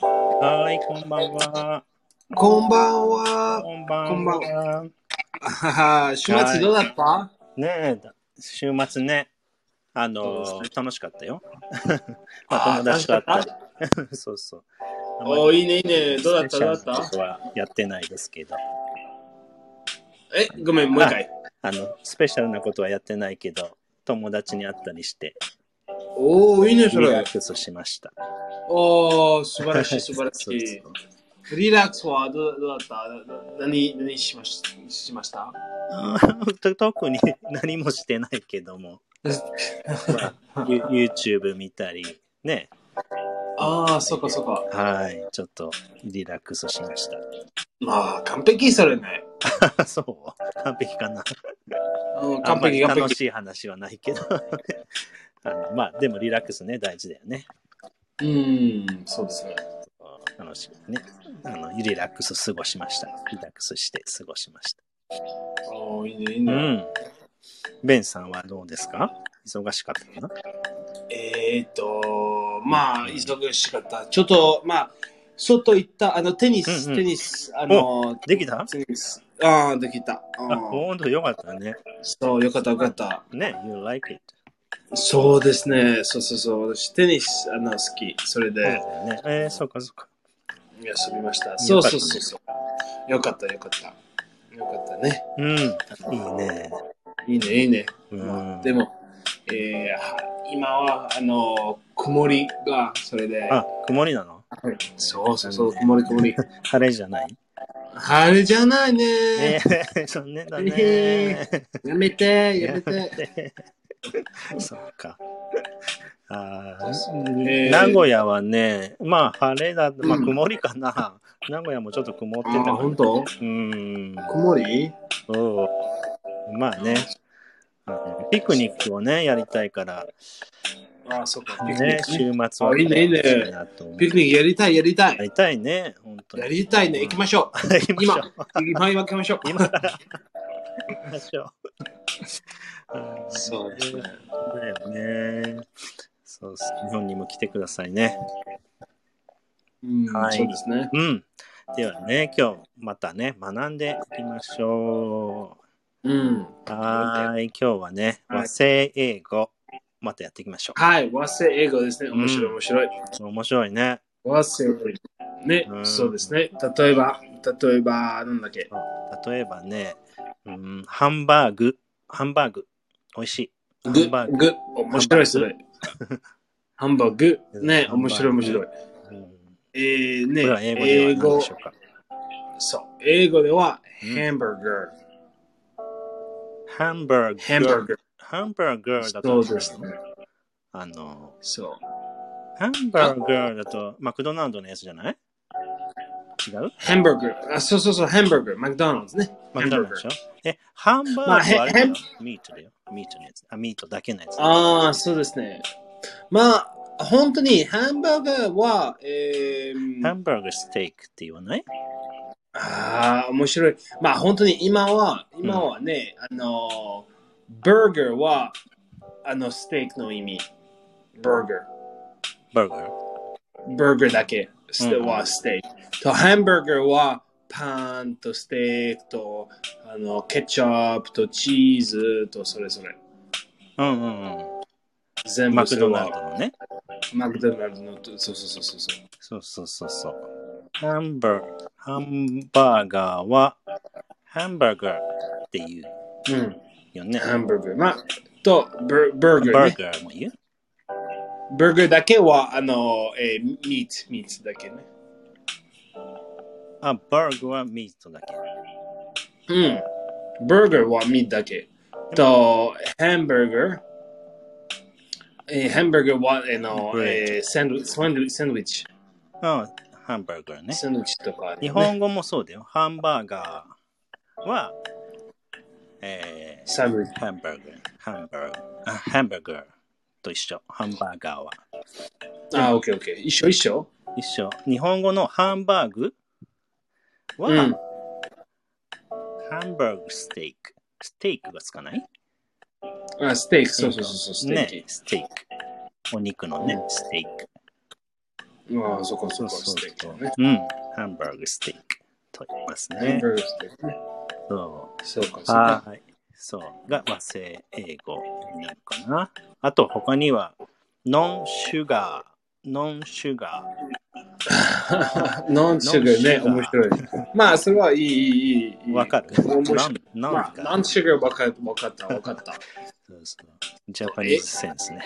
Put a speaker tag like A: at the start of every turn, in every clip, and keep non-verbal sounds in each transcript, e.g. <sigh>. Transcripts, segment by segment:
A: はーい、こんばんは。
B: こんばんは。
A: こんばんは。
B: こんばんあはは週末どうだった、
A: ねえ、週末ね、あの
B: どうで
A: ー、楽しかったよ。まあ、
B: あー
A: 友達と会った
B: 楽
A: り。 <laughs> そうそう。
B: おーいいね、いいね。どうだった
A: スペシャ
B: ど
A: ル
B: う
A: な
B: だった
A: ことはやってないですけど、
B: え、ごめん、もう一回。
A: あの、スペシャルなことはやってないけど、友達に会ったりして、
B: おーいいね、
A: リ
B: そ
A: ラ
B: れ
A: ッ。クスしました。
B: おー素晴
A: <laughs>
B: らしい、素晴ら
A: そう
B: し
A: そう
B: い。リラックスはどうどうだったなな何何しまししました
A: あー <laughs> 特に何もしてないけど
B: <laughs>
A: も、まあ、ユ YouTube 見たり、ね、
B: ああ、そっかそっか。
A: はい、ちょっとリラックスしまし
B: まあ、完璧それね。
A: た。 <laughs> そう、完璧かな。
B: うん
A: あん
B: 完
A: まり
B: 璧、完
A: 楽
B: 璧。
A: しい話はないけど。 <laughs> あのまあ、でもリラックスね、大事だよね。
B: うーん、そうですね。
A: 楽しみね。あの、リラックス過ごしました。リラックスして過ごしました。
B: おーいいね、いいね。
A: うん。ベンさんはどうですか忙しかったかな
B: えーっと、まあ、忙しかった。ちょっと、まあ、外行った、あの、テニ
A: うん
B: ス、
A: うん
B: テニス、あの、
A: できた
B: テニス。ああ、できた。
A: あ、
B: うん
A: ほんとよかったね。
B: そう、よかった、よかった。
A: ね、You like it.
B: そうですね。そうそうそう。私、テニス、あの、好き。それで、
A: そうだよね。えー、そっかそっか。
B: 遊びました。
A: た
B: そうそうそうそう。よかった、よかった。よかったね。
A: うん。いいね。
B: いいね、いいね。
A: うん。
B: でも、えーは今は、あの、曇りが、それで、
A: あ、曇りなの
B: そうそうそう、曇り曇り。
A: 晴れじゃ
B: <laughs>
A: ない
B: 晴れじゃないね
A: えー、残念だね
B: え。やめて、やめて。
A: <laughs> そっか。あー
B: えー
A: 名古屋はね、まあ晴れだ、まあ
B: うん
A: 曇りかな。名古屋もちょっと曇って
B: あ
A: たから。
B: ー、本当
A: うん。
B: 曇り
A: そうまあね。あのピクニックをね、やりたいから、
B: あー、そっか。ピクニ
A: ね
B: ッ、ク
A: 週
B: ね
A: 末は。
B: あいいねいいね
A: なと思う
B: ピクニックやりたい、やりた
A: や
B: い。
A: りたいね、本当に。
B: やりたいね、行きましょう。
A: 行きましょ
B: 今
A: う。、
B: 今行きましょう。
A: 今から行きましょう。あー
B: そうですね。
A: だよね。そうっす日本にも来てくださいね。
B: うん、
A: はい
B: そうですね。
A: うん。ではね、今日またね、学んでいきましょ
B: うん。
A: う。はーい。今日はね、
B: はい
A: 和製英語、またやっていきましょ
B: はい、和製英語ですね。面白い、
A: うん
B: 面白い。
A: う。面白いね。
B: 和製英語。ね
A: う、ん
B: そうですね。例えば、例えば、なんだっけ。
A: 例えばね、うん、ハンバーグ、ハンバーグ、美味しい。
B: グ
A: ハンバーグ
B: ッ、グッ。面白い、それ。ハンバーグ。ね、
A: ハンバーグ
B: 面白い、面白い。
A: うん、
B: えー、ね
A: これは、英語では
B: 英
A: 何
B: 語
A: でしょ、うか。
B: そう。英語では、
A: うん
B: ハンバーガー。
A: ハンバーグ。
B: ハンバーガー。
A: ハンバーガーだ
B: そ
A: と、
B: うですね。
A: あの、
B: そう。
A: ハンバーガーだと、マクドナルドのやつじゃない違う
B: ハンバーガー。あ、そうそうそう、ハンバーガー。マクドナルドですね。
A: マクドナルドでしょえ、ハンバーグはあれだよ。ミートだよ。ミートのやつ。あ、ミートだけのやつ。
B: ああ、そうですね。まあ、本当にハンバーガーは、えー
A: ハンバーグステークって言わない
B: ああ、面白い。まあ、本当に今は、今はね、あの、バーガーは、あの、ステーキの意味。バーガ
A: バーガー。
B: ー。バーガーだけ。ステ
A: うん
B: はステーキ。と、ハンバーガーは、パンとステーキと、あの、ケチャップとチーズと、それそれ。
A: うんうんう
B: 全
A: ん。マ
B: 部
A: ク
B: それ
A: ドナル
B: は
A: ドのね。
B: マクドナルドの、そうそうそうそうそう。
A: そうそうそうそう。ハンバーグ。ハンバーガーは、ハンバーガーって言
B: うん、
A: うよね。
B: ハンバーグ。まあ、と、バーバーガー、
A: バ
B: ね
A: ー。ガーも言う。
B: バーガーだけは、あの、えー、ミート、ミートだけね。
A: あ、バーグはミートだけ。
B: うん。バーガーはミートだけ。と、ハンバーガー。えー、ハンバーガーは、あの、
A: ブレッド
B: えー、サンドイッチ、サンドイッチ、サンドイッチ、
A: うん。ハンバーガーね。
B: サンドイッチとか、ね。
A: 日本語もそうだよ。ハンバーガーは、えー、
B: サンドイッチ。
A: ハンバーグ、ハンバーグ、あハンバーグと一緒。ハンバーガーは。
B: あ、オッケーオッケー。一緒一緒。
A: 一緒。日本語のハンバーグは、
B: うん
A: ハンバーグステーク。ステークがつかない
B: あ、ステーキ、そうそうそうそう、ステーキ。
A: ね、ステーク。お肉のね、ステーキ。
B: ああ、そこそこステーキだね。
A: うん。ハンバーグステーキと言います
B: ハン
A: ね
B: バ。ーグステーキね。
A: そ
B: そうか、そう
A: う。
B: か。
A: はい。そう。が和製英語になるかな。あと他には、ノンシュガー。ノンシュガー。
B: <laughs> ノンシュガーね、
A: ノ
B: 面
A: ンシ
B: 白い。まあ、それはいい、いい、いいいい。
A: わかる
B: 面白い。
A: ノン
B: まあ、
A: ノンシュガー
B: ノンシュガーわかわかった、わかった。
A: そうそう。ジャパニーズセンスね。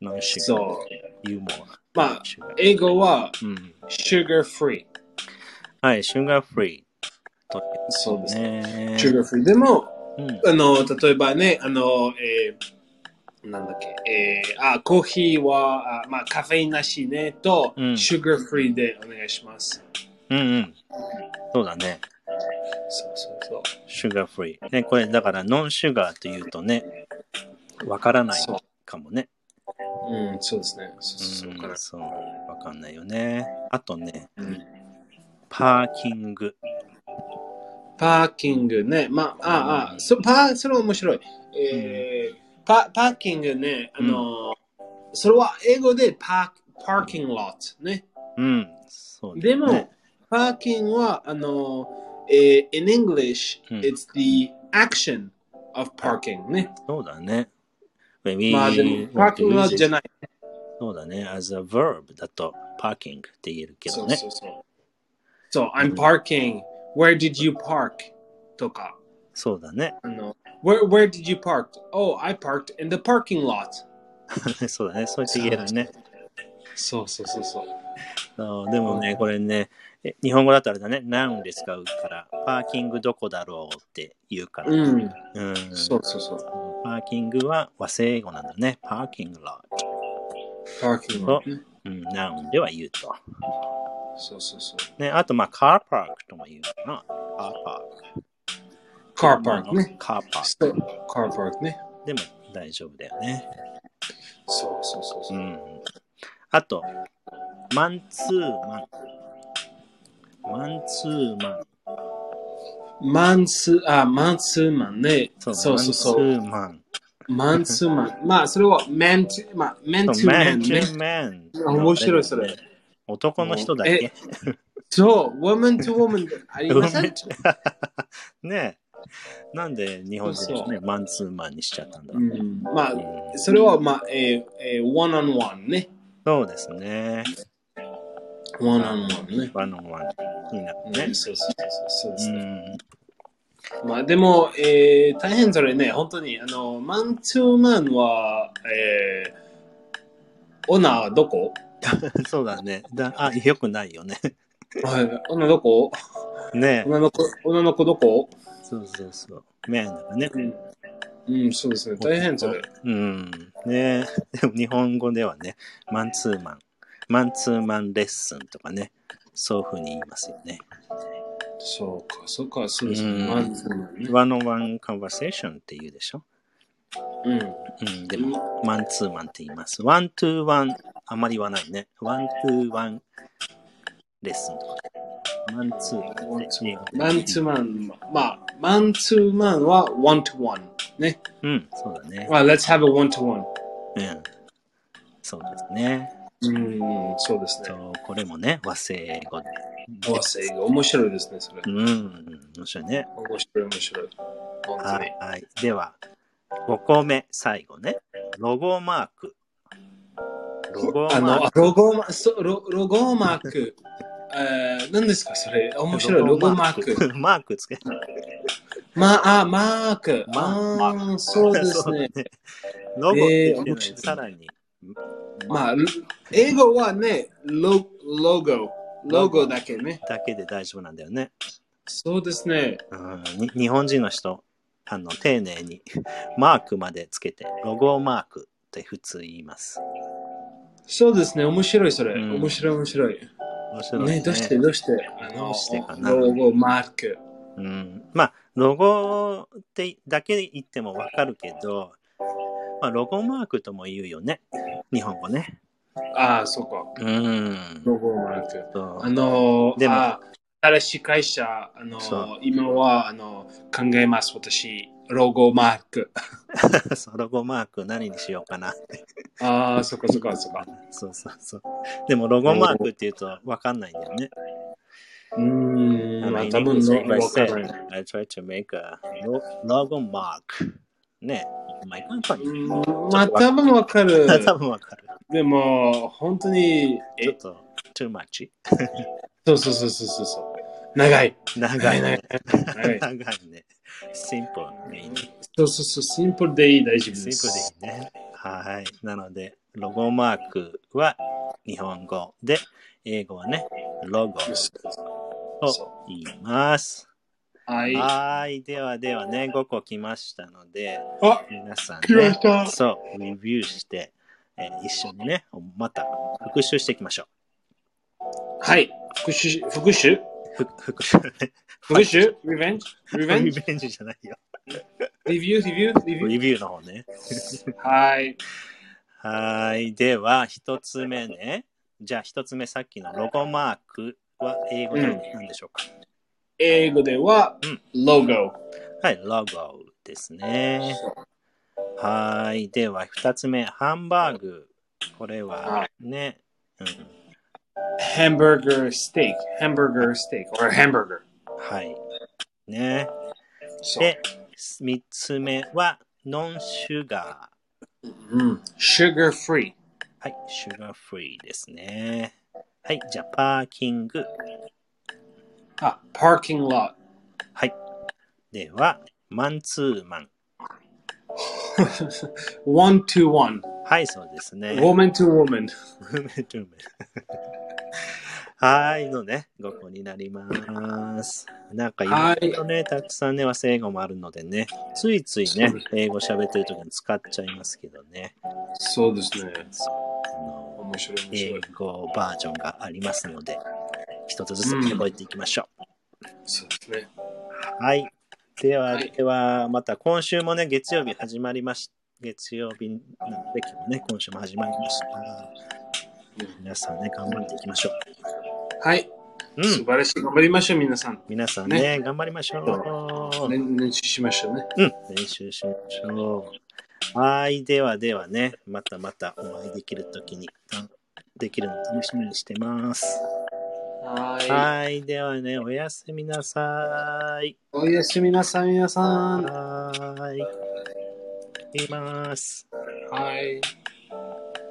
A: ノンシュガー。
B: そう。
A: ユーモア。
B: まあ
A: シュガー、
B: 英語は、
A: うん。
B: シュガーフリー。
A: はい、シュガーフリーと言います
B: そうですね。
A: ね。
B: シュガーフリー。でも、
A: うん。
B: あの、例えばね、あの、えー、なんだっけ、えー、あ、コーヒーは、あまあ、カフェインなしね、と、
A: うん
B: シュガーフリーでお願いします。
A: うんうん。そうだね。
B: そうそうそう。
A: シュガーフリー。ね、これだからノンシュガーというとね、わからない
B: そう
A: かもね。
B: うん、そうですね。そううんそうかな。
A: そう、わかんないよね。あとね、
B: うん
A: パーキング。
B: パーキングね。まあ、ああ、そパーそれは面白い。えーパパーキングね、あの、それは英語でパーパーキングロットね。
A: うん、そうだ
B: で
A: よ
B: も、
A: ね。
B: パーキングは、あの、えー in English,、
A: うん
B: it's the action of parking ね。
A: そうだね。When we
B: まあでも、パーキングはじゃ
A: want to use it
B: ない。
A: そうだね。as a verb だと、パーキングって言えるけ
B: そ
A: ど
B: う
A: ね。
B: そうそう。So, I'm parking. Where did you park? とか。
A: そうだね。 <laughs>
B: あの、where, where did you park? Oh, I parked in the parking lot.
A: そうだね。そうやって言えるね。
B: そうそうそうそう。
A: そうでもね、これね、え日本語だったらあれだね、ナウンで使うから、パーキングどこだろうって言うから。
B: うん、
A: うん
B: そうそうそう。
A: パーキングは和製英語なんだね。パーキングロット。
B: パーキングロットね。
A: うん、ナウンでは言うと。
B: そうそうそう。
A: ね、あと、まあ、カーパークとも言うかな。カーパーク。
B: カーパークね。
A: カーパー
B: そう、カーパークね。
A: ク。でも大丈夫だよね。
B: そうそうそう
A: う
B: そう。
A: ん。あと、マンツーマン。マンツーマン。
B: マンス、あ、マンツーマンね。そうそうそ
A: マ
B: う。
A: ンツーマン。
B: マンツーマン。 <laughs> まあ、それは、メンツ、まあ、メン
A: そ
B: ツー
A: う
B: マ
A: マ
B: ン
A: ンツ
B: ね。
A: ーマン。
B: 面白いそれ。
A: 男の人だけ。
B: そう、ウォーマンツーウォーマンあり <laughs> ません
A: ねえ。なんで日本人
B: そ
A: は
B: うそ
A: ね、マンツーマンにしちゃったんだ
B: う
A: ろう。
B: ん。ま
A: う
B: あ、
A: ん
B: それは、まあ、えー、えー、ワンオンワンね。
A: そうですね。
B: ワンオンワンね。
A: ワンオンワンになる
B: ね、
A: ね。
B: そうそうそうそうですね。
A: うん
B: まあでも、えー大変それね、本当に、あの、マンツーマンは、えーオナーどこ
A: <laughs> そうだね。だあ、よくないよね。 <laughs>
B: はいオナどこ
A: ね
B: オナの子、オナの子どこ
A: え。そうそうそう。メンだからね。
B: うん、うん、そうですね、大変それ。
A: うん。ねえ。でも日本語ではね、マンツーマン。マンツーマンレッスンとかね。そういうふうに言いますよね。
B: そうか、そうか、そうです
A: う
B: ね、
A: ん
B: マンツーマンね。
A: ワンオンワンカンバセーションって言うでしょ。
B: うん。
A: うん、でも、マンツーマンって言います。ワントゥーワン、あまり言わないね。ワントゥーワンレッスンとか。マンツーマンって英語で
B: マンツーマン、まあ、マンツーマンはワンとワン。ね。
A: うん、そうだね。
B: まあ、let's have a one to one。
A: うん。そうですね。
B: うん、そうですね。
A: とこれもね、和製英語で。
B: 和製語、面白いですね、それ
A: う。ん、面白いね。
B: 面白い、面白い。本当
A: は
B: に
A: い。、はい。では、5個目、最後ね。ロゴマーク。ロゴマ
B: あ
A: ー
B: の
A: ク。、
B: ロゴマ、そうロロゴマーク。えー、何ですかそれ面白い。ロゴマーク。。
A: マークつ <laughs> けない。
B: まあ、マーク。
A: マ
B: あ
A: マ
B: ーそうですね。
A: そうだね。ロゴって言ってな
B: えー面
A: い
B: 白い
A: さらに。
B: まあ、英語はね、ロロゴ。ロゴだけね。
A: だけで大丈夫なんだよね。
B: そうですね。
A: うん、に日本人の人、あの、丁寧に <laughs> マークまでつけて、ロゴマークって普通言います。
B: そうですね。面白い、それ。
A: うん
B: 面白い、面白い。
A: 面白いね。
B: ね、どうして、どうして。あの
A: どうしてか、な
B: ロゴマーク。
A: うん、まあ、ロゴってだけで言ってもわかるけど、まあ、ロゴマークとも言うよね。日本語ね。
B: ああ、そうか。
A: うん。
B: ロゴマーク。
A: そう
B: あのー、
A: でも
B: あー新しい会社、あのー
A: そう
B: 今はあのー考えます、私。ロゴマーク。
A: <laughs> そのロゴマーク何にしようかなって。
B: ああ、そっかそっかそっか。
A: そうそうそう。でもロゴマークっていうとわかんないんだよね。
B: うーん、まあ、
A: in
B: 多分
A: English, if
B: の
A: I
B: わか
A: said,
B: らない。
A: I try to make a lo- logo mark. ね。My
B: う
A: company.
B: んまあ、 <laughs> 多分わかる。
A: 多分わかる。
B: でも、本当に、
A: ちょっ
B: え、
A: と、too much.
B: そうそうそうそうそうそう。長い。
A: 長いね。
B: 長い。
A: 長いね。simple でいいね。
B: そうそうそう、シンプルでいい、大丈夫で
A: simple
B: す。
A: でいいね。はい。なので、ロゴマークは日本語で、英語はね、ロゴと言います。
B: はい。
A: はい。ではではね、5個来ましたので、
B: あ、
A: 皆さん
B: 来ま
A: ね
B: し、た。
A: そう、レビューして、えー一緒にね、また復習していきましょう。
B: はい。復讐復讐
A: ふ復習ね。
B: 復讐リベンジリベン
A: リ
B: ジ
A: ベンジじゃないよ。
B: レビューレビューレビュ
A: レビューの方ね。
B: ーはい。
A: はい。では、一つ目ね。じゃあ、一つ目、さっきのロゴマークは英語で
B: うん
A: 何でしょうか、
B: 英語では
A: うん、
B: ロゴ。
A: はい、ロゴですね。はい。では、二つ目、ハンバーグ。これはね、うん、
B: hamburger steak, hamburger steak, or hamburger.
A: はい。ね。
B: So,
A: で、三つ目は、ノンシュガ
B: mm, sugar free.
A: ー。はい、シュガーフリーですね。はい、じゃあ、パーキング。
B: Ah, parking lot. <laughs>
A: はい。では、マンツーマン。
B: one to one.
A: はい、そうですね。
B: Woman to woman.
A: ウメトゥメ <laughs> はいのね、5個になります。なんかいろいろね、たくさんね、和製英語もあるのでね、ついついね
B: そうで、
A: 英語喋ってる時に使っちゃいますけどね、
B: So this name.
A: あの英語バージョンがありますので、一つずつ覚えていきましょう。はい。では、
B: はい
A: では、また今週もね、月曜日始まりまし月曜日なので、今日ね、今週も始まりました。皆さんね、頑張っていきましょう。うん。皆さんね、頑張りましょう。うん、練習しましょう。はい、ではではね、またまたお会いできるときに、あできるの楽しみにしてます。はい、ではね、おやすみなさい。
B: はい。おやすみなさい、皆さん。
A: はーい。います。
B: はい。